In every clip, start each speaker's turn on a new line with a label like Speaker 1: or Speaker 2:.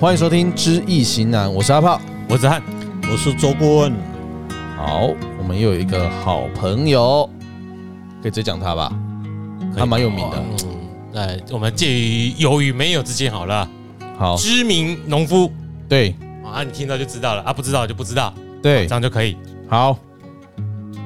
Speaker 1: 欢迎收听《知易行难》，我是阿炮。
Speaker 2: 我是汉，我是周顾问。
Speaker 1: 好，我们又有一个好朋友，可以直接讲他吧，
Speaker 2: 可以
Speaker 1: 他蛮有名的。
Speaker 2: 呃，我们介于有与没有之间好了。
Speaker 1: 好，
Speaker 2: 知名农夫
Speaker 1: 对
Speaker 2: 啊，你听到就知道了啊，不知道就不知道，
Speaker 1: 对
Speaker 2: 这，样就可以。
Speaker 1: 好，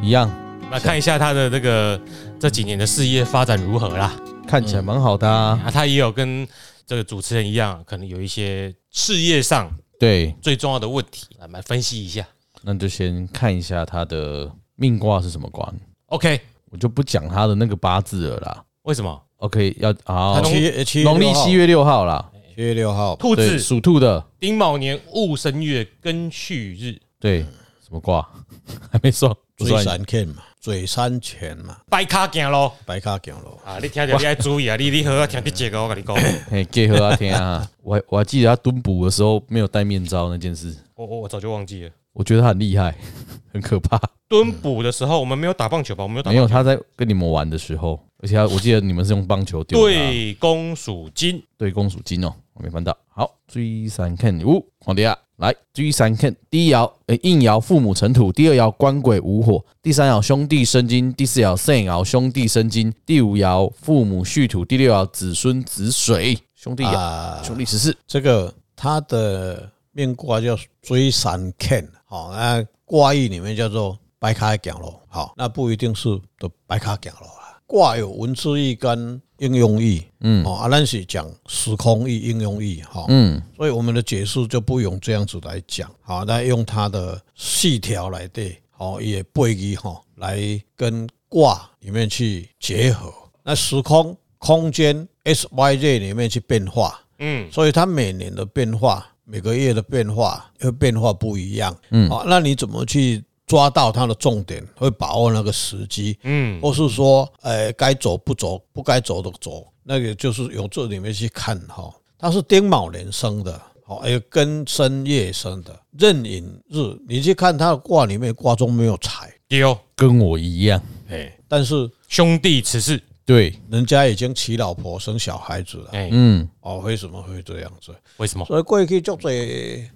Speaker 1: 一样，
Speaker 2: 来看一下他的这个这几年的事业发展如何啦。
Speaker 1: 看起来蛮好的啊。
Speaker 2: 啊，他也有跟这个主持人一样，可能有一些事业上
Speaker 1: 对，
Speaker 2: 最重要的问题，来我们来分析一下。
Speaker 1: 那就先看一下他的命卦是什么卦，
Speaker 2: OK，
Speaker 1: 我就不讲他的那个八字了啦。
Speaker 2: 为什么
Speaker 1: OK，要好
Speaker 2: 他，农
Speaker 3: 七月七月
Speaker 1: 农历
Speaker 3: 六号
Speaker 1: 七月六号啦，
Speaker 3: 七月六号
Speaker 2: 兔
Speaker 1: 哦对，
Speaker 2: 子
Speaker 1: 属兔的，
Speaker 2: 丁卯年戊申月庚戌日
Speaker 1: 对，什么卦 还没算，不
Speaker 3: 追
Speaker 1: 算
Speaker 3: 三 K 嘛，追三拳嘛，
Speaker 2: 掰卡行咯
Speaker 3: 白卡行咯。
Speaker 2: 啊！你听着你要注意啊，你你好好听这节个，我跟你讲。
Speaker 1: 嘿，结合阿天 啊，我还我还记得他蹲捕的时候没有戴面罩那件事，
Speaker 2: 我我我早就忘记了。
Speaker 1: 我觉得他很厉害， 很可怕。
Speaker 2: 蹲捕的时候，我们没有打棒球吧？我们没有打
Speaker 1: 没
Speaker 2: 棒
Speaker 1: 有
Speaker 2: 球。
Speaker 1: 他在跟你们玩的时候，而且他我记得你们是用棒球丢的啊、
Speaker 2: 对公属金，
Speaker 1: 对公属金哦，我没翻到。好，追三看五，皇帝啊，来追三看。第一爻，诶、应爻父母成土；第二爻官鬼无火；第三爻兄弟生金；第四爻肾爻兄弟生金；第五爻父母续土；第六爻子孙子水，兄弟爻、
Speaker 3: 啊
Speaker 1: 兄弟十四。
Speaker 3: 这个它的面卦叫追三 K，好，那卦意里面叫做白卡行咯。好，那不一定是的白卡行咯啊。卦有文字意跟应用意，嗯，哦，啊，咱是讲时空意、应用意，哈、
Speaker 1: 嗯，
Speaker 3: 所以我们的解释就不用这样子来讲，好，那用它的细条来对，好，也背义哈，来跟卦里面去结合。那时空、空间 S、Y、Z 里面去变化，
Speaker 2: 嗯，
Speaker 3: 所以它每年的变化、每个月的变化会变化不一样。嗯，好，那你怎么去抓到它的重点，会把握那个时机？
Speaker 2: 嗯，
Speaker 3: 或是说，呃，该走不走，不该走的走，那个就是由这里面去看哈。它是丁卯年生的，好，还有庚申月生的壬寅日，你去看它的卦里面，卦中没有财，
Speaker 2: 丢
Speaker 1: 跟我一样，
Speaker 3: 哎，但是
Speaker 2: 兄弟此事，
Speaker 1: 对，
Speaker 3: 人家已经娶老婆生小孩子了，
Speaker 2: 哎、
Speaker 1: 嗯，
Speaker 3: 哦，为什么会这样子？
Speaker 2: 为什么？
Speaker 3: 所以过去就这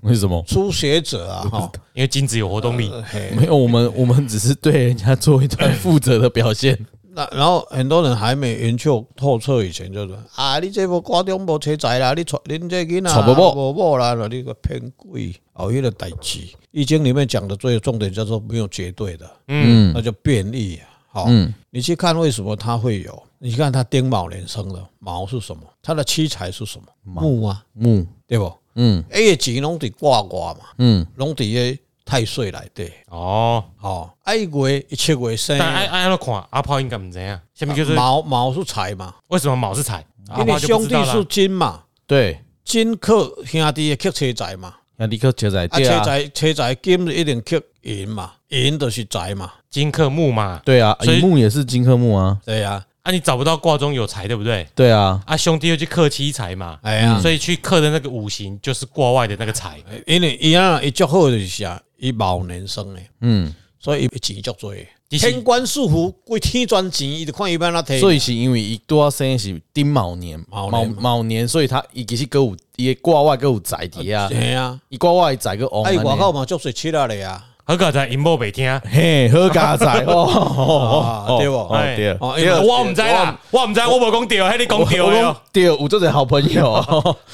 Speaker 1: 为什么？
Speaker 3: 初学者啊，哈，
Speaker 2: 因为金子有活动力，
Speaker 3: 嘿，
Speaker 1: 没有，我们我们只是对人家做一段负责的表现。
Speaker 3: 那然后很多人还没研究透彻以前，就是啊，你这无瓜中无车仔啦，你娶恁这囡仔
Speaker 1: 娶不某
Speaker 3: 无某啦，那你个偏贵，后迄个代志。易经里面讲的最重点叫做没有绝对的，
Speaker 2: 嗯，
Speaker 3: 那叫变异啊。好，
Speaker 1: 嗯
Speaker 3: 你去看为什么它会有？你看它丁卯年生的，卯是什么？它的七财是什么？木啊，
Speaker 1: 木，
Speaker 3: 对不？
Speaker 1: 嗯
Speaker 3: 哎，个钱拢得挂挂嘛，
Speaker 1: 嗯，
Speaker 3: 拢伫个太岁内底。
Speaker 2: 哦，
Speaker 3: 哦，啊一月一七月生
Speaker 2: 但
Speaker 3: 的，
Speaker 2: 按按那看阿炮应该不知样，下面就是
Speaker 3: 卯卯是财嘛。
Speaker 2: 为什么卯是财，阿
Speaker 3: 啊因
Speaker 2: 炮
Speaker 3: 为
Speaker 2: 就不
Speaker 3: 兄
Speaker 2: 知道
Speaker 3: 弟是
Speaker 2: 了。
Speaker 3: 金嘛，
Speaker 1: 对，
Speaker 3: 金克兄弟克车财嘛，
Speaker 1: 要立刻车载
Speaker 3: 啊
Speaker 1: 对
Speaker 3: 车
Speaker 1: 啊，
Speaker 3: 财车财金一定克银嘛，银就是财嘛，
Speaker 2: 金克木嘛，
Speaker 1: 对啊，
Speaker 2: 所以
Speaker 1: 乙木也是金克木啊，
Speaker 3: 对呀，
Speaker 2: 啊，你找不到卦中有财，对不对？
Speaker 1: 对啊，
Speaker 2: 啊，兄弟又去克七财嘛，
Speaker 3: 哎呀，
Speaker 2: 嗯所以去克的那个五行就是卦外的那个财，
Speaker 3: 因为伊啊伊足好就是啥，伊卯年生的，
Speaker 1: 嗯，
Speaker 3: 所以伊钱足多，
Speaker 2: 其
Speaker 3: 天
Speaker 2: 实
Speaker 3: 官赐福，规天赚钱，伊就看伊要哪摕。
Speaker 1: 所以是因为伊拄啊生的是丁卯年，
Speaker 3: 卯
Speaker 1: 卯
Speaker 3: 年嘛
Speaker 1: 卯年，所以他伊其实歌有伊的挂外歌有载底啊，
Speaker 3: 嘿啊，
Speaker 1: 伊挂外载个王
Speaker 3: 啊伊外
Speaker 1: 啊，
Speaker 3: 口嘛足多七啊咧啊，
Speaker 2: 何可在银幕北听啊？
Speaker 1: 嘿，好加 载哦哦，哦
Speaker 3: 啊对不
Speaker 1: 哦对
Speaker 2: 哎
Speaker 3: 哦
Speaker 1: 对
Speaker 3: 因为
Speaker 2: 我唔知啦，我唔知，我无讲对，迄你讲对的
Speaker 1: 我
Speaker 2: 哦。
Speaker 1: 对，有做者好朋友，
Speaker 3: 啊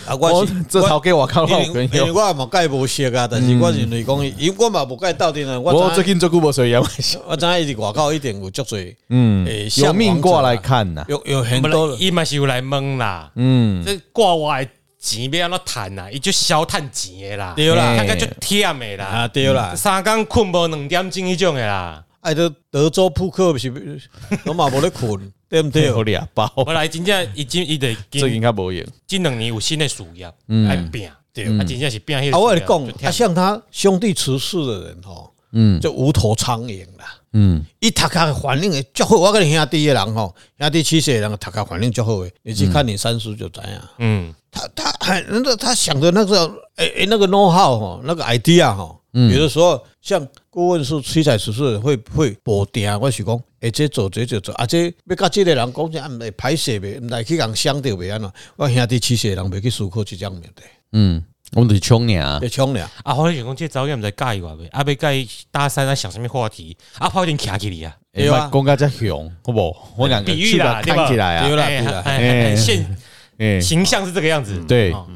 Speaker 1: 我
Speaker 3: 我是
Speaker 1: 这头给我看
Speaker 3: 因
Speaker 1: 好
Speaker 3: 为
Speaker 1: 朋
Speaker 3: 因为
Speaker 1: 友，
Speaker 3: 我嘛甲伊无熟啊，但是我认为
Speaker 2: 嗯
Speaker 3: 讲，因为我嘛无甲伊斗阵啊，我
Speaker 1: 我
Speaker 3: 知
Speaker 1: 最近做久无水也
Speaker 3: 我知伊伫外口一定有足多，
Speaker 1: 嗯
Speaker 3: 诶，
Speaker 1: 由
Speaker 3: 向
Speaker 1: 命
Speaker 3: 往者
Speaker 1: 卦来
Speaker 3: 啦
Speaker 1: 看呐、
Speaker 3: 有有很
Speaker 2: 不
Speaker 3: 多
Speaker 2: 然，伊嘛是有来问啦，
Speaker 1: 嗯，
Speaker 2: 这挂我的钱要安怎趁啦？伊就消趁钱的啦，
Speaker 3: 对啦
Speaker 1: 嘿
Speaker 2: 看看就忝的啦，
Speaker 3: 啊，对啦，
Speaker 2: 三工困无两点钟迄种的啦。
Speaker 3: 爱德德州扑克是不是，我嘛无咧 困，对不对？
Speaker 1: 有俩包，
Speaker 3: 哦
Speaker 2: 后来真正伊今伊得
Speaker 1: 最近
Speaker 2: 今
Speaker 1: 较无用，
Speaker 2: 近两年有新的事业
Speaker 1: 嗯
Speaker 2: 来拼，对，啊真正是拼迄个事业。
Speaker 3: 啊，我跟你
Speaker 2: 就
Speaker 3: 讲，
Speaker 2: 忝
Speaker 3: 啊，像他兄弟辞世的人吼，
Speaker 1: 嗯
Speaker 3: 就无头苍蝇啦。
Speaker 1: 嗯，
Speaker 3: 伊读卡反应会足好，我跟你兄弟的人吼，兄弟七岁的人读卡反应足好诶，你去看你三叔就知影。
Speaker 2: 嗯，
Speaker 3: 他他很那个他想的那个诶诶那个 know how 哈，那个 idea 哈，
Speaker 1: 嗯
Speaker 3: 有的时候像顾问是七彩十四会会补定，我是讲，诶，这做这就做，啊这要甲这个人讲啥，毋会歹势袂，毋来去人伤着袂安怎，我兄弟七世人袂去思考即种问题。
Speaker 1: 嗯，我们就是冲俩
Speaker 3: 要冲 俩，
Speaker 2: 啊，我咧想讲，这早间毋知介意话袂，啊，要介意搭讪啊，想什物话题，啊，跑点徛起你啊，
Speaker 1: 哎
Speaker 3: 对啊
Speaker 1: 讲到遮凶，好不好？我感觉
Speaker 2: 比喻啦
Speaker 1: 去吧看起来
Speaker 3: 对
Speaker 1: 啊，
Speaker 3: 啦
Speaker 2: 哎
Speaker 3: 对啦嗯
Speaker 2: 哎哎
Speaker 1: 哎
Speaker 2: 哎现
Speaker 1: 哎，
Speaker 2: 形象是这个样子，
Speaker 1: 对
Speaker 2: 哦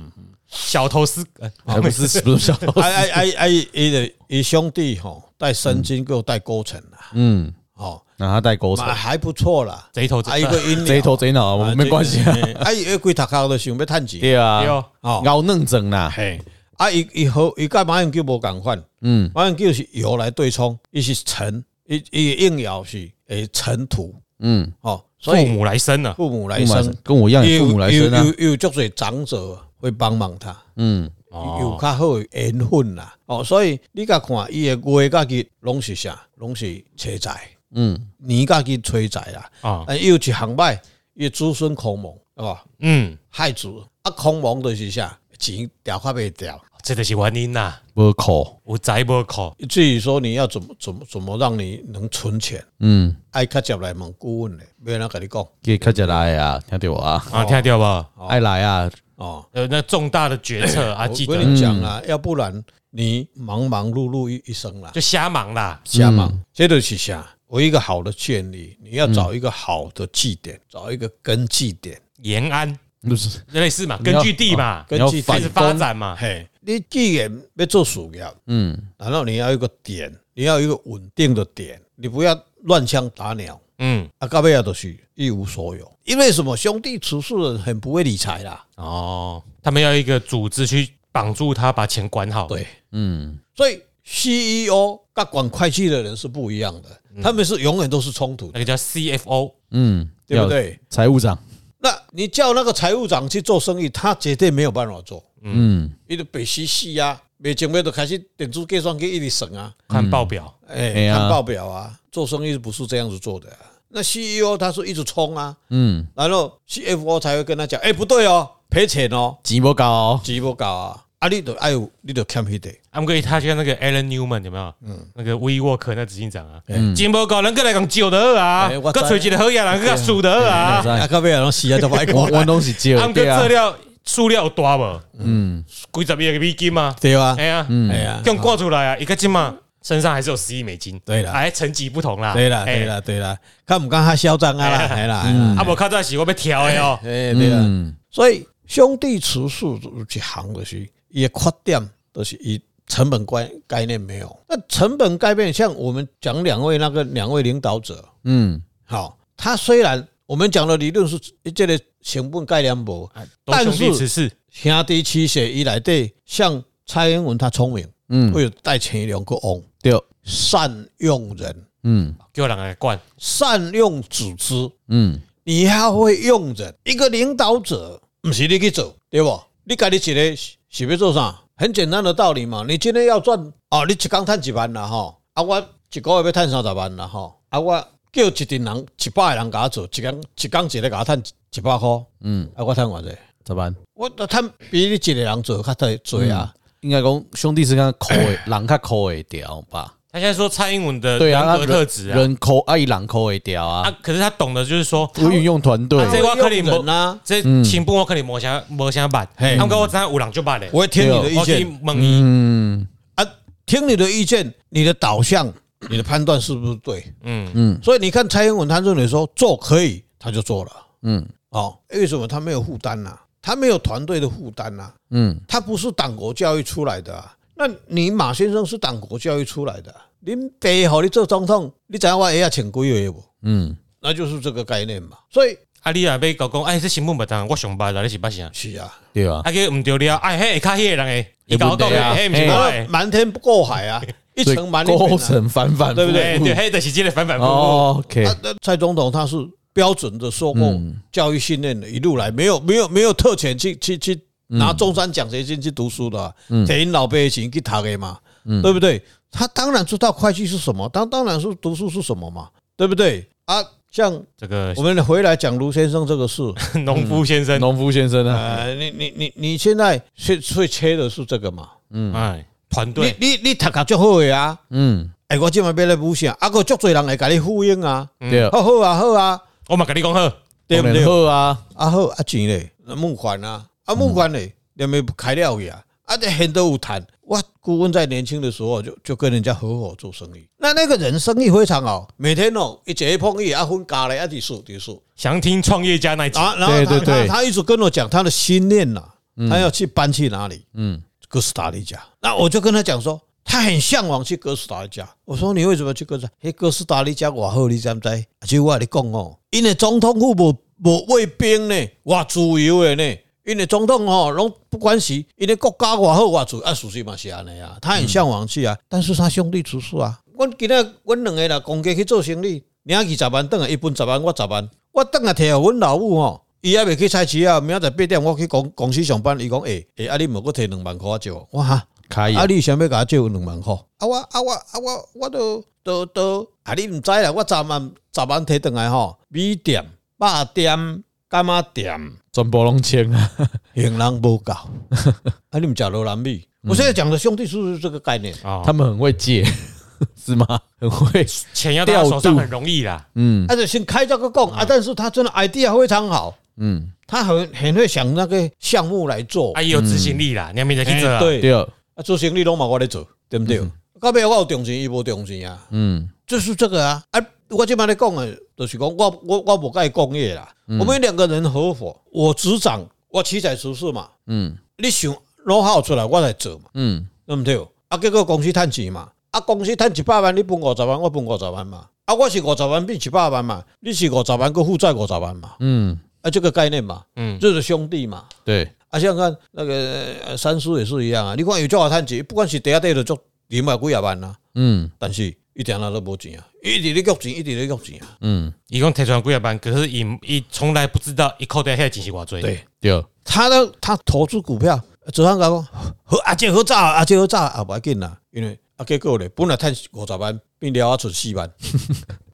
Speaker 2: 小头丝，呃
Speaker 1: 还不是不 是小偷
Speaker 3: 哎，哎哎哎，伊的伊兄弟吼带深金够带勾陈啦，
Speaker 1: 嗯，
Speaker 3: 哦，
Speaker 1: 让他带狗屎，
Speaker 3: 嘛还不错啦，
Speaker 2: 贼头
Speaker 3: 还有一个因
Speaker 1: 贼头贼脑，我们没关系啊，
Speaker 3: 啊，伊迄几头壳都想要趁钱，
Speaker 1: 对
Speaker 2: 对
Speaker 1: 啊，
Speaker 2: 哦，
Speaker 3: 哦，
Speaker 1: 熬嫩整啦，
Speaker 2: 嘿，
Speaker 3: 啊，伊伊好，伊甲马英九无共款，
Speaker 1: 嗯，
Speaker 3: 马英九是油来对冲，伊是尘，伊伊的应爻是诶尘土，
Speaker 1: 嗯，
Speaker 3: 哦，所
Speaker 2: 父
Speaker 3: 以
Speaker 2: 母来生啊，
Speaker 3: 父母来
Speaker 1: 父母来
Speaker 3: 生
Speaker 1: 生，跟我一样，
Speaker 3: 有
Speaker 1: 父母来生啊
Speaker 3: 有，有有足侪长者会帮忙他，
Speaker 1: 嗯，
Speaker 2: 哦
Speaker 3: 有较好的缘分啦，哦，所以你甲看伊的月甲日拢是啥，拢是车财，
Speaker 1: 嗯，哦
Speaker 3: 年甲日催财啦，
Speaker 2: 啊，
Speaker 3: 啊，伊有一项歹，伊的子孙孔蒙，对吧？
Speaker 2: 嗯，
Speaker 3: 害主啊，空亡就是啥，钱调较袂调。
Speaker 2: 哦这就是原因啦，
Speaker 1: 不口，
Speaker 2: 有财无靠，
Speaker 3: 至于说你要怎么怎么怎么让你能存钱，
Speaker 1: 嗯，爱
Speaker 3: 爱较接来问顾问嘞，没人跟你讲
Speaker 1: 给客家来啊，听到啊，
Speaker 2: 啊，听到无？
Speaker 1: 爱来啊，
Speaker 3: 哦。
Speaker 2: 呃，那重大的决策啊，
Speaker 3: 我
Speaker 2: 记
Speaker 3: 跟
Speaker 2: 得
Speaker 3: 你讲
Speaker 1: 嗯
Speaker 3: 啊，要不然你忙忙碌碌一一生啦，
Speaker 2: 就瞎忙啦，
Speaker 3: 瞎忙，这就是啥？我一个好的建议，你要找一个好的据点，
Speaker 1: 嗯
Speaker 3: 找一个根据点，
Speaker 2: 延安
Speaker 1: 就是
Speaker 2: 类似嘛，
Speaker 1: 你要
Speaker 2: 根据地嘛，
Speaker 1: 你
Speaker 3: 根
Speaker 1: 要
Speaker 3: 据
Speaker 2: 开
Speaker 1: 反
Speaker 2: 始
Speaker 1: 攻
Speaker 2: 发，展嘛，
Speaker 3: 嘿，你既然要做事业，
Speaker 1: 嗯
Speaker 3: 然后你要有一个点，你要有一个稳定的点，你不要乱枪打鸟。
Speaker 2: 嗯，
Speaker 3: 啊，到尾啊，就是一无所有。因为什么？兄弟持事人很不会理财啦，
Speaker 2: 哦，他们要一个组织去绑住他，把钱管好，
Speaker 3: 对，
Speaker 1: 嗯，
Speaker 3: 所以 CEO 跟管会计的人是不一样的，他们是永远都是冲突的，
Speaker 2: 那个叫 CFO，
Speaker 1: 嗯，
Speaker 3: 对不？对？
Speaker 1: 财务长，
Speaker 3: 那你叫那个财务长去做生意，他绝对没有办法做，
Speaker 1: 嗯，
Speaker 3: 伊就白死死啊，未前面都开始点珠计算机一直算啊，
Speaker 2: 看报表，
Speaker 1: 哎
Speaker 3: 哎，
Speaker 1: 呀
Speaker 3: 看报表啊，做生意不是这样子做的啊、那 CEO 他是一直冲啊，
Speaker 1: 嗯，
Speaker 3: 然后 CFO 才会跟他讲，哎，不对哦，赔钱哦，
Speaker 1: 钱不高，
Speaker 3: 钱不搞啊，啊，你都爱有，你都欠迄个。
Speaker 2: 他们可以他像那个 Alan Newman 有没有？那个 WeWork 那执行长啊
Speaker 3: 嗯，
Speaker 2: 金波高人过来讲酒的二啊
Speaker 3: 哎我，知
Speaker 2: 各吹几的喝呀，人个数的二
Speaker 1: 我
Speaker 2: 啊
Speaker 1: 哎知，
Speaker 3: 啊，到尾啊，拢死啊，都歹
Speaker 1: 我我
Speaker 3: 看，
Speaker 1: 都是 借
Speaker 2: 他们个
Speaker 1: 对
Speaker 2: 资
Speaker 1: 啊，
Speaker 2: 料数量有大无？
Speaker 1: 嗯，
Speaker 2: 几十亿个美金啊，
Speaker 3: 对啊
Speaker 2: 哎，呀，
Speaker 3: 哎呀，
Speaker 2: 用挂出来啊，一个金嘛，身上还是有十亿美金，
Speaker 3: 对啦
Speaker 2: 还层级不同啦，
Speaker 3: 对啦，
Speaker 2: 哎
Speaker 3: 对啦，对啦，敢毋敢较嚣张啊啦，哎啦，哎啦，
Speaker 2: 啊，无较早是我要跳的哦，
Speaker 3: 哎对啦，
Speaker 1: 嗯，
Speaker 3: 所以兄弟厨师有一行就是伊的缺点，就是伊成本观概念没有。那成本概念，像我们讲两位那个两位领导者，
Speaker 1: 嗯，
Speaker 3: 好，他虽然我们讲的理论是这个成本概念无，
Speaker 2: 都兄弟
Speaker 3: 但是
Speaker 2: 此事，
Speaker 3: 兄弟七血以来对，像蔡英文他聪明，
Speaker 1: 嗯
Speaker 3: 会有带钱两个翁，
Speaker 1: 对，
Speaker 3: 善用人，
Speaker 1: 嗯
Speaker 2: 叫人来管，
Speaker 3: 善用组织。
Speaker 1: 嗯，
Speaker 3: 你要会用人，一个领导者不是你去做，对不？你家己一个是是要做啥？很简单的道理嘛。你今天要赚哦，你一工赚一万啦吼，啊，我一个月要赚三十万啦吼，啊，我叫一群人一百个人甲我做，一工一工一个甲我赚一百箍，
Speaker 1: 嗯，
Speaker 3: 啊，我赚偌济？
Speaker 1: 咋办？
Speaker 3: 我赚比你一个人做较多做啊。
Speaker 1: 应该讲兄弟是讲抠的，人较抠的掉吧？
Speaker 2: 他现在说蔡英文的
Speaker 1: 对啊，
Speaker 2: 人
Speaker 1: 那
Speaker 2: 格特质啊，
Speaker 1: 人抠啊，伊人抠的掉
Speaker 2: 啊
Speaker 1: 啊，，
Speaker 2: 可是他懂得就是说，
Speaker 1: 不运用团队
Speaker 2: 啊，这我可能
Speaker 3: 用人啊
Speaker 2: 无，这情不我可能无啥无啥办，
Speaker 3: 嗯嘿
Speaker 2: 他们跟我知影有人就办嘞，
Speaker 3: 我会听你的意
Speaker 2: 哦我去
Speaker 3: 见
Speaker 2: 问伊，
Speaker 1: 嗯
Speaker 3: 啊，听你的意见，你的导向，你的判断是不是对？
Speaker 2: 嗯，
Speaker 1: 嗯
Speaker 3: 所以你看蔡英文，他认为说做可以，他就做了。
Speaker 1: 嗯
Speaker 3: 哦，为什么他没有负担呐？他没有团队的负担呐，
Speaker 1: 嗯
Speaker 3: 他不是党国教育出来的、啊。那你马先生是党国教育出来的、啊，您爸好你做总统，你知道我也要请几月不？
Speaker 1: 嗯，
Speaker 3: 那就是这个概念嘛。所以
Speaker 2: 啊，你若要搞讲，哎，这新闻不当，我上班啦，你是捌啥？
Speaker 3: 是啊，
Speaker 1: 对啊，
Speaker 2: 啊，个唔对了，哎，嘿，卡迄个人诶，伊甲我讲
Speaker 1: 有问题啊
Speaker 2: 的，嘿，毋是
Speaker 1: 对
Speaker 2: 我
Speaker 3: 那
Speaker 2: 诶，
Speaker 3: 瞒天不过 海啊，一
Speaker 1: 所以
Speaker 3: 层瞒一层、
Speaker 1: 构
Speaker 3: 啊。
Speaker 1: 成反反复复
Speaker 3: 对不
Speaker 2: 对对，嘿，就是这个反反复复，
Speaker 1: 哦，OK，
Speaker 3: 啊，那蔡总统他是标准的受过
Speaker 1: 嗯
Speaker 3: 教育训练的，一路来没有没有没有特权去去去拿中山奖学金去读书的、啊，给因老百姓去读的嘛，对不对？他当然知道会计是什么，他当然是读书是什么嘛，对不对？啊，像
Speaker 2: 这个
Speaker 3: 我们回来讲卢先生这个事，
Speaker 2: 农夫先生，
Speaker 1: 农夫先生啊，
Speaker 3: 呃，你你你你现在最最缺的是这个嘛？
Speaker 2: 哎，团
Speaker 3: 嗯你
Speaker 2: 队，
Speaker 3: 你你读较足好的啊，
Speaker 1: 嗯，
Speaker 3: 哎，我今晚要来补啥？啊，个足多人来甲你呼应啊，
Speaker 1: 对，
Speaker 3: 好好啊好啊，
Speaker 2: 我嘛甲你讲好，
Speaker 3: 对不对？
Speaker 1: 好啊，
Speaker 2: 嗯
Speaker 3: 啊好啊钱咧，那募款啊，啊募款咧，你咪开了去啊，啊，这很多有谈。我顾问在年轻的时候就就跟人家合伙做生意，那那个人生意非常好，每天哦一节一碰一啊分家嘞，啊底数底数，
Speaker 2: 想听创业家那一集，
Speaker 3: 啊，然后
Speaker 1: 对
Speaker 3: 他
Speaker 1: 对对嗯
Speaker 3: 他他一直跟我讲他的心念呐、他要去搬去哪里？嗯，哥斯达黎加。那我就跟他讲说，他很向往去哥斯达黎加。我说你为什么去哥斯达？嘿，哥斯达黎加我好，你知不知？就我跟你讲哦，因为总统府无无卫兵呢，我自由的呢。因为总统哦，拢不管是因为国家偌好偌自由啊，事实嘛是安尼啊，他很向往去啊，
Speaker 1: 嗯
Speaker 3: 但是他兄弟出事啊。阮今仔阮两个啦，公家去做生意，领二十万，等下一分十万，我十万，我等下摕互阮老母吼，伊也未去菜市啊，明仔载八点我去公公司上班，伊讲诶诶，欸啊你无搁摕两万箍我借我，我哈。
Speaker 1: 开
Speaker 3: 啊，
Speaker 1: 眼，
Speaker 3: 你想要甲我借两万箍？啊，我啊我啊我我都都都啊，你毋知啦，我十万十万摕倒来吼，米店、肉店、干妈店，
Speaker 1: 全部拢签啊，
Speaker 3: 行人无 够，啊，你毋食罗兰米？我现在讲的兄弟是不是这个概念？
Speaker 2: 啊
Speaker 1: 他，们很会借， 是吗？很会，
Speaker 2: 钱要到他手上很容易啦，
Speaker 1: 嗯
Speaker 3: 而且先开这个供啊，但是他真的 idea 非常好，
Speaker 1: 嗯，
Speaker 3: 他很很会想那个项目来做。
Speaker 2: 啊，也有执行力啦，你要明天去做
Speaker 3: 哎
Speaker 2: 啊，
Speaker 3: 对，
Speaker 1: 第二，
Speaker 3: 哎啊，做生意拢嘛我咧做，对不对？到尾我有重钱，伊无重钱啊。
Speaker 1: 嗯，
Speaker 3: 就是这个啊啊！我这边咧讲的，就是讲我我我不该工业啦。我们两个人合伙，我执掌，我起在厨师嘛。
Speaker 1: 嗯
Speaker 3: 你想弄好出来，我来做嘛，
Speaker 1: 嗯
Speaker 3: 对不对？啊，结果公司趁钱嘛，啊，公司趁一百万，你分五十万，我分五十万嘛。啊，我是五十万变一百万嘛，你是五十万，搁负债五十万嘛，
Speaker 1: 嗯，
Speaker 3: 啊，这个概念嘛，
Speaker 2: 嗯，
Speaker 3: 这是兄弟嘛。
Speaker 1: 对，
Speaker 3: 啊，想想看那个呃三叔也是一样啊，你看有做下趁钱，不管是第一底就做零百几啊万啊，
Speaker 1: 嗯
Speaker 3: 但是一点啊都无钱啊，一直咧缴钱，一直咧缴钱啊。
Speaker 1: 嗯，
Speaker 2: 一共提出来几啊班，可是伊伊从来不知道一扣掉遐钱是偌多，
Speaker 3: 对
Speaker 1: 第二，
Speaker 3: 他都他投资股票，昨天讲好阿姐好早啊，阿姐好早啊，也不要紧啦，因为啊结果咧，本来赚五十万，并了啊存四万，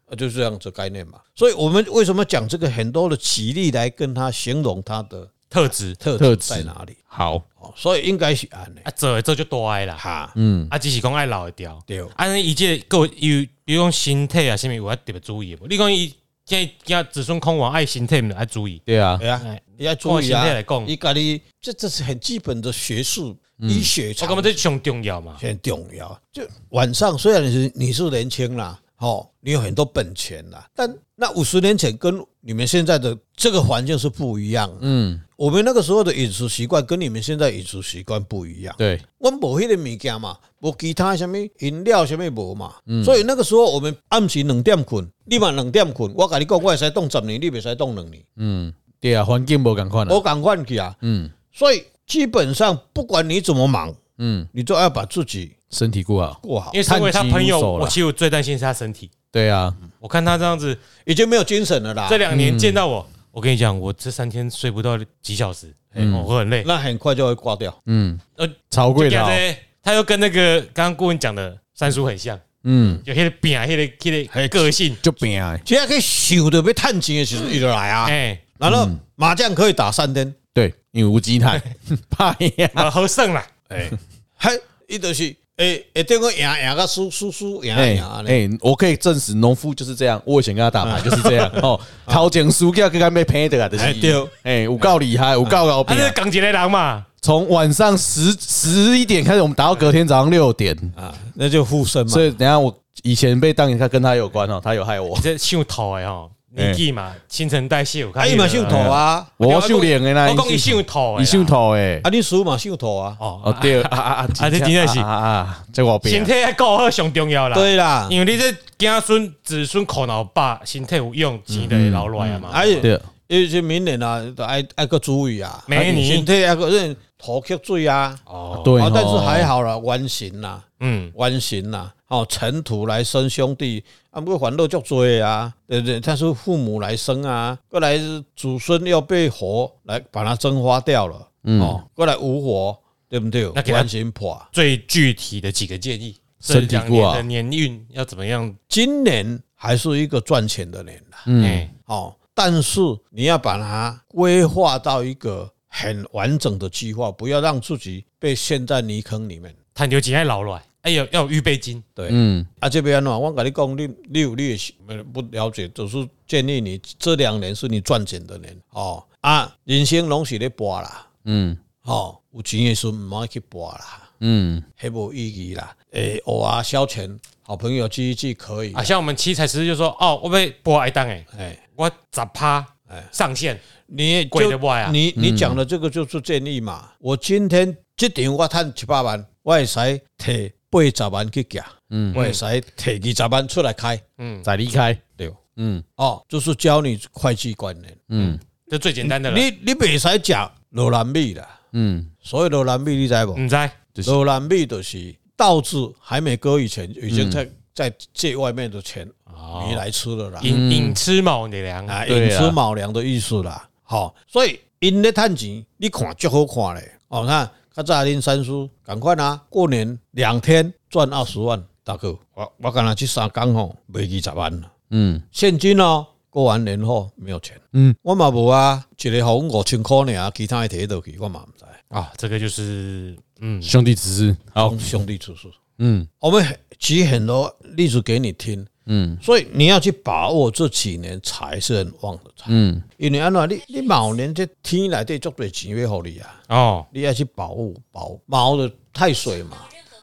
Speaker 3: 啊就是这样子概念嘛。所以我们为什么讲这个很多的举例来跟他形容他的
Speaker 2: 特质
Speaker 3: 特
Speaker 1: 特
Speaker 3: 质
Speaker 1: 质
Speaker 3: 在哪里？
Speaker 1: 好，
Speaker 3: 哦，所以应该是安尼
Speaker 2: 啊，做的做就大的啦，
Speaker 3: 哈，
Speaker 1: 嗯
Speaker 2: 啊，只是讲爱老会掉。
Speaker 3: 对哦
Speaker 2: 啊，那伊这个有，比如讲身体啊，啥物有要特别注意无？你讲伊现在叫子孙空亡爱身体，毋爱注意。
Speaker 1: 对啊，
Speaker 3: 对啊
Speaker 2: 哎，
Speaker 3: 你要注意
Speaker 2: 看
Speaker 3: 啊
Speaker 2: 身体来，讲嗯
Speaker 3: 你家己这这是很基本的学术医学
Speaker 2: 我
Speaker 3: 常
Speaker 2: 感觉这上重要嘛。
Speaker 3: 很重要。就晚上虽然你是你是年轻啦，哦，你有很多本钱啦，但那五十年前跟你们现在的这个环境是不一样。
Speaker 1: 嗯，
Speaker 3: 我们那个时候的饮食习惯跟你们现在饮食习惯不一样。
Speaker 1: 对，
Speaker 3: 我们无迄个物件嘛，无其他什么饮料什么无嘛，所以那个时候我们暗时两点困，你嘛两点困，我跟你讲，我会使冻十年，你袂使冻两年，
Speaker 1: 嗯，对啊，环境无共款啊，
Speaker 3: 我赶快去啊。
Speaker 1: 嗯
Speaker 3: 所以基本上不管你怎么忙，
Speaker 1: 嗯，
Speaker 3: 你都要把自己
Speaker 1: 身体顾好，
Speaker 3: 过好
Speaker 2: 因，为身为他
Speaker 1: 探
Speaker 2: 朋友，
Speaker 1: 亲入手啦
Speaker 2: 我其实我最担心是他身体。
Speaker 1: 对啊，
Speaker 2: 我看他这样子，
Speaker 3: 已经没有精神了啦
Speaker 2: 这。两年见到我，我跟你讲，我这三天睡不到几小时，哦我很累。
Speaker 3: 那很快就会挂掉。
Speaker 1: 嗯，
Speaker 2: 呃，
Speaker 1: 超贵的
Speaker 2: 这样
Speaker 1: 哦，
Speaker 2: 子他又跟那个刚刚顾问讲的三叔很像，
Speaker 1: 嗯，
Speaker 2: 有那个病，那个那个个性，
Speaker 1: 就变啊，
Speaker 3: 只要去想着要趁钱的时候，伊就来啊。
Speaker 2: 哎，
Speaker 3: 然后
Speaker 1: 嗯
Speaker 3: 麻将可以打三天，
Speaker 1: 对，因为无机态，怕呀，
Speaker 2: 啊，好胜啦，
Speaker 3: 嘿，伊就是诶，会等我赢赢个输输输赢
Speaker 1: 哎
Speaker 3: 赢啊安尼。
Speaker 1: 哎，我可以证实，农夫就是这样，我以前跟他打牌就是这样，哦，掏钱输掉，跟他被赔的啊，就是
Speaker 3: 哎对，
Speaker 1: 哎，有够厉害，有够高
Speaker 2: 他
Speaker 1: 兵啊，
Speaker 2: 是港籍的狼嘛，
Speaker 1: 从晚上十十一点开始，我们打到隔天早上六点，
Speaker 3: 啊，那就附身嘛
Speaker 1: 所。以等一下我以前被当一下跟他有关哦，他有害我。
Speaker 2: 这秀头的吼，年纪嘛，新陈代谢，我
Speaker 3: 啊，
Speaker 2: 看
Speaker 3: 伊嘛秀头啊，
Speaker 1: 我秀脸的啦，
Speaker 2: 我讲伊秀头的啦，
Speaker 1: 伊秀头诶
Speaker 3: 啊，，你输嘛秀头啊。
Speaker 1: 哦
Speaker 2: 哦，
Speaker 1: 对啊啊啊，
Speaker 2: 这真的是
Speaker 1: 啊啊啊，这我
Speaker 2: 身
Speaker 1: 变
Speaker 2: 体要顾好上重要啦。嗯
Speaker 3: 对啊啦，
Speaker 2: 因为你这子孙子孙苦老爸，身体有用，钱就会留落来嘛。
Speaker 3: 啊，伊
Speaker 1: 对，
Speaker 3: 伊是明年啊，就爱爱个注意啊，
Speaker 2: 明年
Speaker 3: 身体爱个认头吸水啊。
Speaker 2: 哦，
Speaker 1: 对
Speaker 3: 啊
Speaker 1: 哦，，
Speaker 3: 但是还好啦，完形啦。
Speaker 2: 嗯，
Speaker 3: 弯形啦、哦，尘土来生兄弟，啊，不过烦恼足多的啊，对不对？他是父母来生啊，过来是祖孙要被火来把它蒸发掉了，哦，过来无火，对不对
Speaker 2: 嗯那？给他
Speaker 3: 弯形破。啊
Speaker 2: 最具体的几个建议，这
Speaker 1: 身体
Speaker 2: 两
Speaker 1: 顾
Speaker 2: 年
Speaker 1: 好
Speaker 2: 的年运要怎么样？
Speaker 3: 今年还是一个赚钱的年啦，
Speaker 1: 嗯，
Speaker 2: 哎，
Speaker 3: 哦，但是你要把它规划到一个很完整的计划，不要让自己被陷在泥坑里面。
Speaker 2: 探究钱要留落来，哎呦，要有预备金。
Speaker 3: 对，
Speaker 1: 嗯
Speaker 3: 啊，这边呢，我跟你讲，你你有你的呃不了解，只是建议你这两年是你赚钱的年哦啊，人生拢是咧搏啦，
Speaker 1: 嗯
Speaker 3: 吼、有钱的时阵毋好去博啦，
Speaker 1: 嗯，
Speaker 3: 迄无意义啦。诶、偶尔消遣，好朋友聚一聚可以。
Speaker 2: 啊，像我们七彩十日就说哦，我被播挨当诶，
Speaker 3: 哎、
Speaker 2: 我十趴上限，
Speaker 3: 你也
Speaker 2: 贵
Speaker 3: 就
Speaker 2: 的外啊
Speaker 3: 你你讲的这个就是建议嘛。我今天这场我赚一百万，我会使摕八十万去夹，嗯，我会使摕二十万出来开，
Speaker 1: 再离开，
Speaker 3: 对，
Speaker 1: 嗯
Speaker 3: 哦，就是教你会计观念。
Speaker 1: 嗯
Speaker 2: 这最简单的了。
Speaker 3: 你你袂使食罗兰米啦，
Speaker 1: 嗯，
Speaker 3: 所以罗兰米你知无？
Speaker 2: 唔知
Speaker 1: 就是
Speaker 3: 罗兰米就是稻子还没割以前，已经
Speaker 1: 嗯
Speaker 3: 在在借外面的钱
Speaker 2: 哦
Speaker 3: 你，来吃了啦。
Speaker 2: 引引吃卯的粮，
Speaker 3: 啊，
Speaker 1: 哦对
Speaker 3: 寅
Speaker 1: 啦
Speaker 3: 吃卯粮的意思啦。好、所以因咧趁钱，你看足好看咧。哦，那较早恁三叔赶快啊，过年两天赚二十万，大哥，我我干那去三工吼，卖二十万啦
Speaker 1: 嗯
Speaker 3: 现金哦。过完年后没有钱，
Speaker 1: 嗯，
Speaker 3: 我嘛无啊，一个红五千块尔，其他的摕倒去，我嘛唔知。
Speaker 2: 啊，这个就是嗯，
Speaker 1: 兄弟之事，好，
Speaker 3: 兄弟出事，
Speaker 1: 嗯
Speaker 3: 我们举很多例子给你听，
Speaker 1: 嗯
Speaker 3: 所以你要去把握这几年财是很旺的财。
Speaker 1: 嗯
Speaker 3: 因为安怎你你卯年这天内底足多钱要互你啊，
Speaker 2: 哦，
Speaker 3: 你要去保护保毛的太水嘛，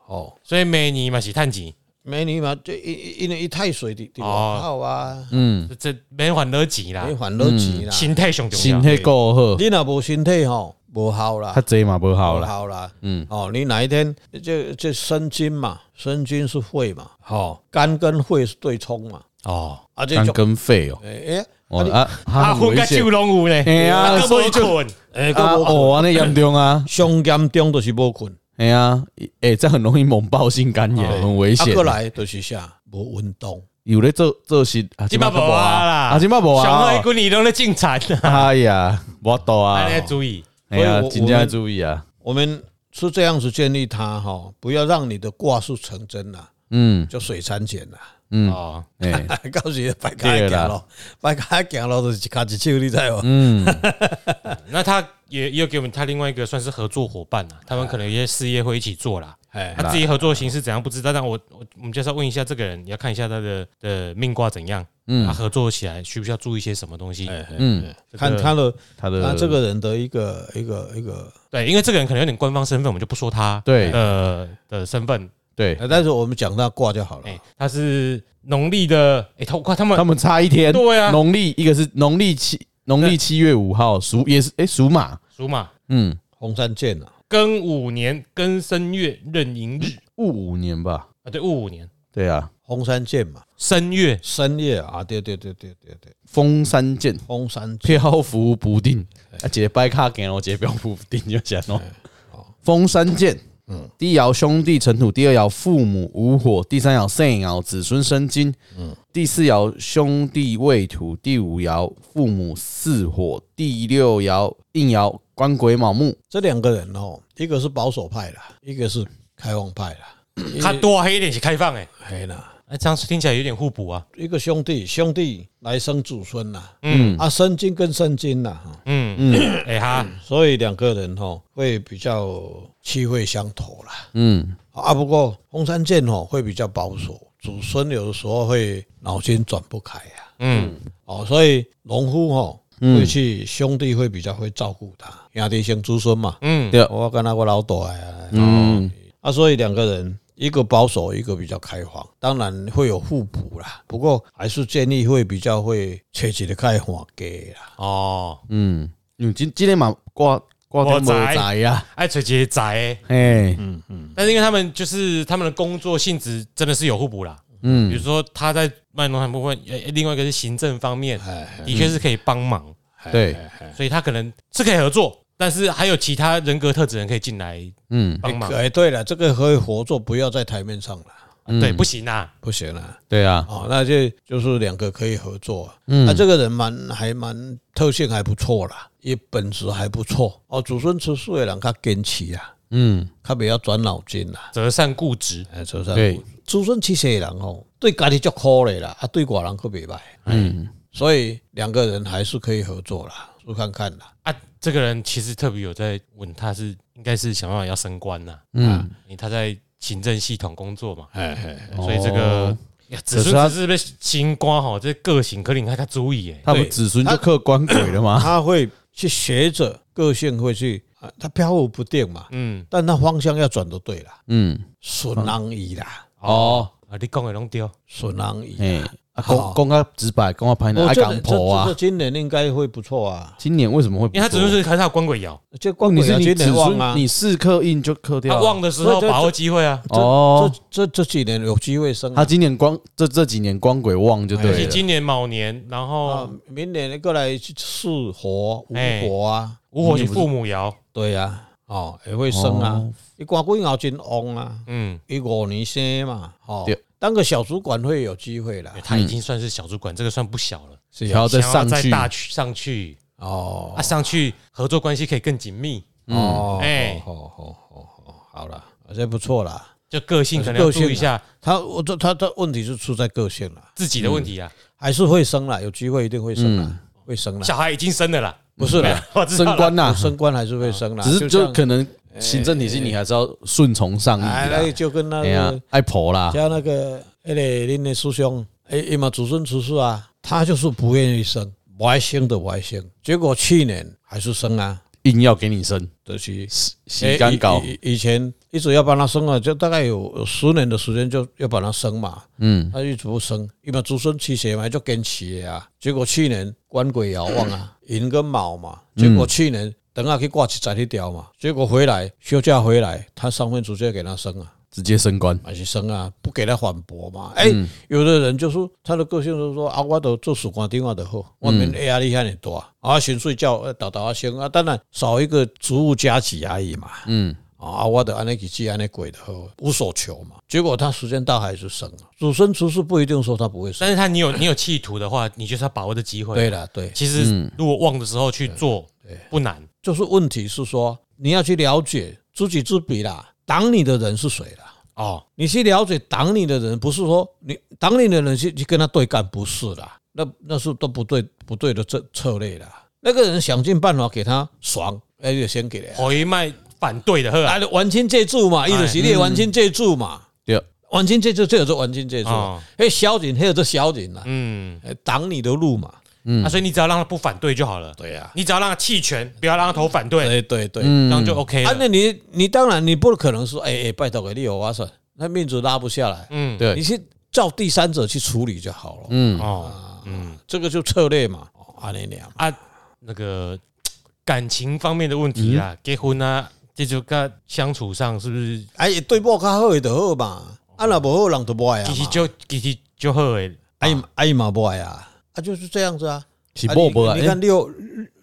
Speaker 3: 哦，
Speaker 2: 所以每年嘛是趁钱，
Speaker 3: 美女嘛，这因因因为伊太水伫伫
Speaker 2: 哦
Speaker 3: 外口啊，
Speaker 1: 嗯，
Speaker 2: 这这免还得钱啦
Speaker 3: 你，烦恼钱啦，
Speaker 2: 心态上重
Speaker 1: 身
Speaker 2: 要。
Speaker 1: 体够好，
Speaker 3: 你若无身体吼，无效
Speaker 1: 较
Speaker 3: 啦，
Speaker 1: 济嘛无效
Speaker 3: 无
Speaker 1: 啦，
Speaker 3: 效啦，
Speaker 1: 嗯
Speaker 3: 嗯，哦，你哪一天这这生金嘛，生金是肺嘛，哦，肝跟肺是对冲嘛，
Speaker 2: 哦，
Speaker 3: 啊这
Speaker 1: 肝
Speaker 3: 种
Speaker 1: 跟肺哦，
Speaker 3: 诶
Speaker 1: 哇啊
Speaker 2: 啊，
Speaker 1: 啊
Speaker 2: 分甲酒拢有咧，
Speaker 1: 嘿啊
Speaker 2: 啊，
Speaker 1: 所
Speaker 2: 所
Speaker 1: 以
Speaker 2: 以
Speaker 1: 就
Speaker 2: 困，
Speaker 1: 啊
Speaker 3: 诶，个 无
Speaker 1: 哦，安尼严重 啊，
Speaker 3: 上严重就是无困。
Speaker 1: 哎呀，哎，这很容易猛爆性肝炎，很危
Speaker 3: 啊，
Speaker 1: 险
Speaker 3: 过。来就是啥，无运动，
Speaker 1: 有咧做做事，啊，
Speaker 2: 即摆无啊啦，
Speaker 1: 啊，即摆无
Speaker 2: 上海
Speaker 1: 啊哦，
Speaker 2: 几年拢咧进产啊，
Speaker 1: 哎呀，无度 啊
Speaker 2: 安尼要
Speaker 1: 哦，
Speaker 2: 注意，
Speaker 1: 哎呀
Speaker 3: 所以，我
Speaker 1: 真正要注意啊，
Speaker 3: 我们是这样子建议他哈，不要让你的卦术成真啦，
Speaker 1: 嗯
Speaker 3: 就水参见啦。
Speaker 1: 嗯，
Speaker 2: 哦，
Speaker 1: 哎，
Speaker 3: 到时摆开
Speaker 1: 对
Speaker 3: 行
Speaker 1: 啦
Speaker 3: 咯，摆开行咯，就是一卡一手，你知无？
Speaker 1: 嗯，
Speaker 2: 那他也也有给我们他另外一个算是合作伙伴啊，他们可能有些事业会一起做啦。
Speaker 3: 哎，
Speaker 2: 他自己合作形式怎样不知道，但我我我们就是要问一下这个人，你要看一下他的的命卦怎样，嗯，他合作起来需不需要注意些什么东西？
Speaker 1: 嗯，
Speaker 3: 看他的
Speaker 1: 他的
Speaker 3: 他这个人的一个一个一个，
Speaker 2: 对，因为这个人可能有点官方身份，我们就不说他
Speaker 1: 对
Speaker 2: 呃的身份，
Speaker 1: 对，
Speaker 3: 哎但是我们讲到卦就好了
Speaker 2: 哎。，他是农历的，哎，他他们
Speaker 1: 他们差一天，
Speaker 2: 对啊
Speaker 1: 农历一个是农历七农历七月五号属也是哎属马，
Speaker 2: 属马，
Speaker 1: 嗯，
Speaker 3: 红山剑啊，
Speaker 2: 庚午年庚申月壬寅日
Speaker 1: 戊午年吧，
Speaker 2: 啊，对，戊午年
Speaker 1: 对啊，
Speaker 3: 红山剑嘛，
Speaker 2: 申月，
Speaker 3: 深夜啊，对对对对对对，
Speaker 1: 封山剑
Speaker 3: 红 山剑
Speaker 1: 漂浮不定，啊，一个摆卡行路，一个漂浮不定就行咯。封山剑，哦嗯，第一爻兄弟成土，第二爻父母无火，第三爻圣爻子孙生金，嗯，第四爻兄弟未土，第五爻父母巳火，第六爻应爻官鬼卯木，
Speaker 3: 这两个人哦，一个是保守派啦，一个是开放派啦，
Speaker 2: 他多黑一点是开放，哎，
Speaker 3: 哎啦。
Speaker 2: 哎，这样听起来有点互补啊，
Speaker 3: 一个兄弟，兄弟来生祖孙呐、
Speaker 2: 嗯
Speaker 3: 啊，生金跟生金呐、哈
Speaker 2: 嗯嗯， 哎哈，
Speaker 3: 所以两个人吼、会比较气味相投啦。
Speaker 1: 嗯
Speaker 3: 啊，不过红山剑吼、会比较保守，祖孙有的时候会脑筋转不开呀、
Speaker 2: 嗯，
Speaker 3: 哦，所以农夫吼、会去兄弟会比较会照顾他，兄弟先祖孙嘛。
Speaker 2: 嗯
Speaker 1: 对
Speaker 3: 我跟他我老大呀、
Speaker 1: 嗯
Speaker 3: 啊，所以两个人一个保守，一个比较开放，当然会有互补啦。不过还是建议会比较会切起的开放给啦。
Speaker 2: 哦，
Speaker 1: 嗯，因为今今天嘛挂挂天无在啊呀，
Speaker 2: 爱找一个宅的。
Speaker 1: 哎，
Speaker 2: 但是因为他们就是他们的工作性质真的是有互补啦。比
Speaker 1: 嗯
Speaker 2: 如说他在卖农产部分，呃，另外一个是行政方面，
Speaker 3: 哎，
Speaker 2: 的确是可以帮忙，
Speaker 1: 对，
Speaker 2: 所以他可能是可以合作，但是还有其他人格特质人可以进来
Speaker 1: 嗯
Speaker 2: 帮忙。
Speaker 3: 哎，对了，这个可以合作，不要在台面上了，
Speaker 2: 对，不行啊，
Speaker 3: 不行了。
Speaker 1: 嗯对啊，
Speaker 3: 哦，那就就是两个可以合作。啊
Speaker 1: 嗯
Speaker 3: 那这个人蛮还蛮特性还不错啦，也本质还不错。哦，祖孙吃素的人较坚持啊，
Speaker 1: 嗯
Speaker 3: 较不要转脑筋啦。
Speaker 2: 择善固执。
Speaker 3: 哎，祖孙
Speaker 1: 对
Speaker 3: 祖孙七世的人哦，对家己足可的啦，啊，对外人可袂歹。
Speaker 1: 嗯
Speaker 3: 所以两个人还是可以合作啦，试看看啦。
Speaker 2: 啊，这个人其实特别有在问，他是应该是想办法要升官呐、啊
Speaker 1: 嗯，
Speaker 2: 因为他在行政系统工作嘛，
Speaker 3: 哎哎，
Speaker 2: 所以这个
Speaker 1: 哦
Speaker 2: 呀子孙只是被新官吼，这个性可能还他注意诶。
Speaker 1: 他们子孙就克官鬼了嘛，
Speaker 3: 他会去学着个性会去啊它飘忽不定嘛，
Speaker 2: 嗯，
Speaker 3: 但它方向要转就对了，
Speaker 1: 嗯，
Speaker 3: 顺人意啦，
Speaker 1: 哦，
Speaker 2: 啊，你讲的拢对，
Speaker 3: 顺人意
Speaker 1: 哎
Speaker 3: 啦。，
Speaker 1: 啊，公公开直白，公开拍的
Speaker 3: 我
Speaker 1: 爱
Speaker 3: 觉
Speaker 1: 港
Speaker 3: 得
Speaker 1: 婆
Speaker 3: 这
Speaker 1: 啊
Speaker 3: 这，今年应该会不错啊，
Speaker 1: 今年为什么会不
Speaker 2: 因为
Speaker 1: 错？
Speaker 2: 他只是还是有光轨摇，
Speaker 3: 这光
Speaker 1: 你
Speaker 3: 棍
Speaker 1: 是
Speaker 3: 啊
Speaker 1: 你
Speaker 3: 今
Speaker 1: 只
Speaker 3: 年旺
Speaker 1: 是
Speaker 3: 啊，
Speaker 1: 你四颗印就磕掉
Speaker 2: 他
Speaker 1: 了，
Speaker 2: 忘的时候
Speaker 3: 对对
Speaker 2: 把握机会啊，
Speaker 1: 哦
Speaker 3: 这，这这哎几年有机会升啊
Speaker 1: 他今年光这这几年光鬼旺就
Speaker 2: 是
Speaker 1: 对啊了，
Speaker 2: 今年卯年，然
Speaker 3: 啊
Speaker 2: 后，
Speaker 3: 明年过来是火五
Speaker 2: 哎
Speaker 3: 火啊，
Speaker 2: 五火是父母爻，
Speaker 3: 对啊，哦也会升啊
Speaker 1: 哦，
Speaker 3: 你光棍熬真旺啊，
Speaker 2: 嗯，
Speaker 3: 一五年生嘛，哦
Speaker 1: 对，
Speaker 3: 当个小主管会有机会啦
Speaker 2: 欸，他已经算是小主管，这个算不小了，
Speaker 3: 是
Speaker 1: 然
Speaker 3: 啊，
Speaker 1: 后再
Speaker 2: 想要
Speaker 1: 上
Speaker 2: 再
Speaker 1: 去，
Speaker 2: 大去上去
Speaker 3: 哦
Speaker 2: 啊，上去合作关系可以更紧密，
Speaker 1: 嗯
Speaker 3: 哦，
Speaker 2: 哎
Speaker 3: 好好好好好了，这不错啦。
Speaker 2: 就个性可能要注意一下
Speaker 3: 他我这他的问题是出在个性了，
Speaker 2: 自己的问题啊。
Speaker 3: 还是会升啦，有机会一定会
Speaker 1: 嗯
Speaker 3: 升啦，会升啦，
Speaker 2: 小孩已经生了啦，
Speaker 3: 不是啦，
Speaker 2: 我知
Speaker 1: 升
Speaker 2: 道了。
Speaker 1: 官呐，
Speaker 3: 升官还是会升啦，
Speaker 1: 嗯啊只是就
Speaker 3: 像
Speaker 1: 可能行政体系你还是要顺从上意
Speaker 3: 哎，那
Speaker 1: 啦
Speaker 3: 个，就跟那
Speaker 1: 哎呀
Speaker 3: 个，
Speaker 1: 爱婆啦，
Speaker 3: 像那个那个恁的师兄，哎哎嘛，祖孙出世啊，他就是不愿意生，不爱生的不爱生，结果去年还是生啊，
Speaker 1: 硬要给你生，
Speaker 3: 就是
Speaker 1: 洗干搞
Speaker 3: 哎，以以以前一直要帮他生啊，就大概有十年的时间就要把他生嘛，
Speaker 1: 嗯，
Speaker 3: 他一直不生，因为祖孙七邪嘛，就跟起的啊。结果去年官鬼遥望啊，寅跟卯嘛，结果去年等下去挂起在那条嘛，结果回来休假回来，他上面直接给他生啊，
Speaker 1: 直接升官，
Speaker 3: 还是生啊，不给他反驳嘛。哎、有的人就是他的个性就是说啊，我都做主管电话的好，外面压力遐尼大啊，薪水叫倒倒啊升啊，当然少一个职务加级而已嘛。
Speaker 1: 嗯，
Speaker 3: 啊，我的安尼去记安尼鬼的好，无所求嘛。结果他时间到还是生啊，祖孙出世不一定说他不会生。
Speaker 2: 但是他你有你有企图的话，你就是要把握的机会。
Speaker 3: 对，了，对，
Speaker 2: 其实如果旺的时候去做，不难。
Speaker 3: 就是问题是说你要去了解知己知彼啦，挡你的人是谁啦。
Speaker 2: 哦，
Speaker 3: 你去了解挡你的人，不是说你挡你的人去去跟他对干，不是啦，那那是都不对不对的策策略啦。那个人想尽办法给他爽，哎，就先给他，
Speaker 2: 回哦卖反对哎嗯的，呵啊，
Speaker 3: 啊，完清借助嘛，伊就是你的完清借助嘛，
Speaker 1: 对，
Speaker 3: 完清借助这有这完清借助
Speaker 2: 哦，
Speaker 3: 嘿，小人还有这小人啦，
Speaker 2: 嗯，
Speaker 3: 哎挡你的路嘛，
Speaker 2: 啊，所以你只要让他不反对啊就好了。
Speaker 3: 对呀，
Speaker 2: 你只要让他弃权，不要让他投反对，
Speaker 3: 对哎对对，
Speaker 2: 这
Speaker 1: 嗯
Speaker 2: 样就 OK
Speaker 3: 啊，
Speaker 2: 了。
Speaker 3: 那你你当然你不可能说，哎、哎、拜托给你有啊算，那面子拉不下来，
Speaker 2: 嗯，
Speaker 1: 对
Speaker 3: 你去照第三者去处理就好了。
Speaker 1: 嗯，
Speaker 2: 哦，嗯
Speaker 3: 这个就策略嘛，哦安尼俩嘛，
Speaker 2: 啊，那个感情方面的问题啊，结婚啊，这就跟相处上是不是
Speaker 3: 哎、对某较好的就好嘛，啊若无好人就不爱啊
Speaker 2: 其
Speaker 3: 嘛
Speaker 2: 实，就其实就好诶。
Speaker 3: 爱爱嘛不爱啊，啊就是这样子啊。
Speaker 1: 起
Speaker 3: 啊
Speaker 1: 波波啊，
Speaker 3: 你你
Speaker 1: 哎
Speaker 3: 看六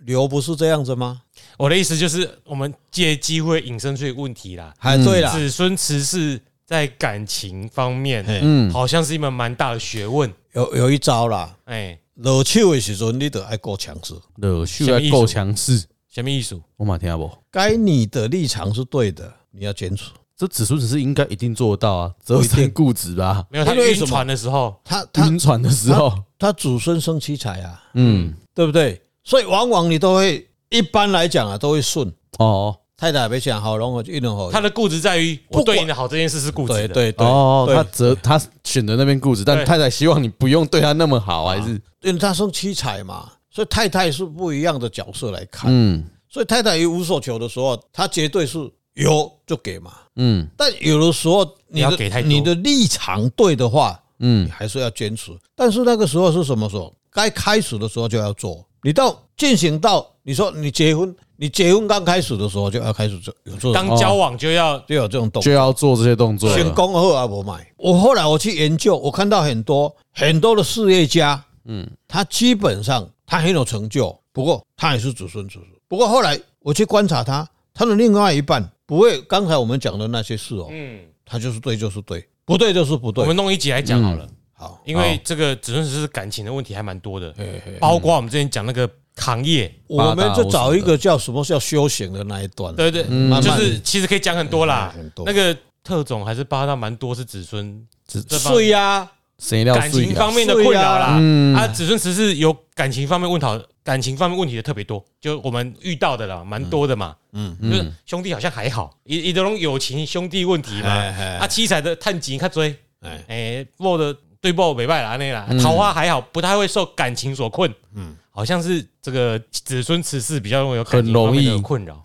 Speaker 3: 刘不是这样子吗？
Speaker 2: 我的意思就是，我们借机会引申出一个问题啦。
Speaker 3: 还哎对啦，
Speaker 2: 子孙慈氏在感情方面，
Speaker 3: 嘿
Speaker 1: 嗯，
Speaker 2: 好像是一门蛮大的学问。
Speaker 3: 有有一招啦，
Speaker 2: 哎，
Speaker 3: 落手的时阵你得爱够强势，
Speaker 1: 惹秀要够强势，
Speaker 2: 什么意思？
Speaker 1: 我马听不？
Speaker 3: 该你的立场是对的，你要坚持。
Speaker 1: 这子孙只是应该一定做得到啊，择善固执吧。
Speaker 2: 没有，他
Speaker 3: 因为
Speaker 2: 晕
Speaker 3: 什么
Speaker 2: 船的时候，
Speaker 3: 他他
Speaker 1: 晕船的时候，
Speaker 3: 他祖孙生七彩啊，
Speaker 1: 嗯，
Speaker 3: 对不对？所以往往你都会，一般来讲啊，都会顺。
Speaker 1: 哦
Speaker 3: 太太别想好，然后就一人好。
Speaker 2: 他的固执在于我
Speaker 3: 不管
Speaker 2: 对你的好这件事是固
Speaker 3: 对
Speaker 2: 执的。
Speaker 3: 对对，
Speaker 1: 哦，
Speaker 3: 对
Speaker 1: 他择他选择那边固执，但
Speaker 2: 对
Speaker 1: 太太希望你不用对他那么好，还是
Speaker 3: 因为他生七彩嘛，所以太太是不一样的角色来看。
Speaker 1: 嗯
Speaker 3: 所以太太一无所求的时候，她绝对是有就给嘛。
Speaker 1: 嗯
Speaker 3: 但有的时候你
Speaker 2: 不
Speaker 3: 的
Speaker 2: 要给太多
Speaker 3: 你的立场对的话，你
Speaker 1: 嗯
Speaker 3: 还是要坚持。但是那个时候是什么时候？该开始的时候就要做。你到进行到你说你结婚，你结婚刚开始的时候就要开始做，有这种
Speaker 2: 当交往就要
Speaker 3: 就有这种动作
Speaker 1: 就要做这些动作了，
Speaker 3: 先讲好啊，不买。我后来我去研究，我看到很多很多的事业家，嗯，他基本上他很有成就，不过他也是子孙子孙。不过后来我去观察他，他的另外一半不会刚才我们讲的那些事哦，
Speaker 2: 嗯，
Speaker 3: 他就是对就是对，不对就是不
Speaker 2: 我
Speaker 3: 对。嗯哦
Speaker 2: 们弄一集来讲好了，
Speaker 3: 好，
Speaker 2: 因为这个子孙慈氏感情的问题还蛮多的，
Speaker 3: 嘿嘿
Speaker 2: 包括我们之前讲那个行业，
Speaker 3: 我们就找一个叫什么叫修行的那一段，
Speaker 2: 对对，
Speaker 3: 嗯慢
Speaker 2: 就
Speaker 3: 慢
Speaker 2: 是其实可以讲很多啦
Speaker 3: 嗯很。多
Speaker 2: 那个特种还是八大蛮多是子孙这方
Speaker 3: 睡啊呀，
Speaker 1: 谁料
Speaker 2: 感
Speaker 1: 碎
Speaker 2: 情
Speaker 1: 啊
Speaker 2: 方面的困扰啦。
Speaker 1: 嗯
Speaker 2: 啊，子孙慈是有感情方面问讨，感情方面问题的特别多，就我们遇到的啦，蛮多的嘛。嗯，就是兄弟好像还好，一一种友情兄弟问题嘛。
Speaker 3: 哎哎
Speaker 2: 啊，七彩的探钱较追，
Speaker 3: 哎，
Speaker 2: 哎，我的对报没败啦，安尼啦，桃花还好，不太会受感情所困。嗯，好像是这个子孙慈氏比较容易有感
Speaker 1: 很
Speaker 2: 情
Speaker 1: 容
Speaker 2: 方面的
Speaker 1: 易
Speaker 2: 困扰。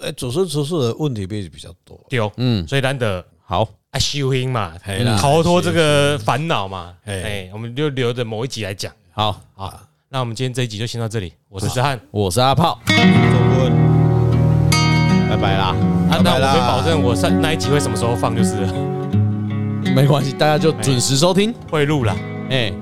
Speaker 3: 哎，主持此事的问题比比较多。
Speaker 2: 丢，嗯，所以难得
Speaker 1: 好，
Speaker 2: 啊修音嘛
Speaker 3: 嘿啦，
Speaker 2: 逃脱这个烦恼嘛，
Speaker 3: 嘿
Speaker 2: 哎，我们就留着某一集来讲。
Speaker 1: 好，
Speaker 3: 啊
Speaker 2: 好，那我们今天这一集就先到这里，我是子翰，
Speaker 1: 我是阿炮，
Speaker 3: 中文
Speaker 1: 拜拜啦。
Speaker 2: 啊，
Speaker 3: 拜
Speaker 2: 那
Speaker 3: 拜
Speaker 2: 我
Speaker 3: 啦
Speaker 2: 没保证我上那一集会什么时候放，就是了
Speaker 1: 没关系，大家就准时收听。
Speaker 2: 会录了。
Speaker 1: 哎、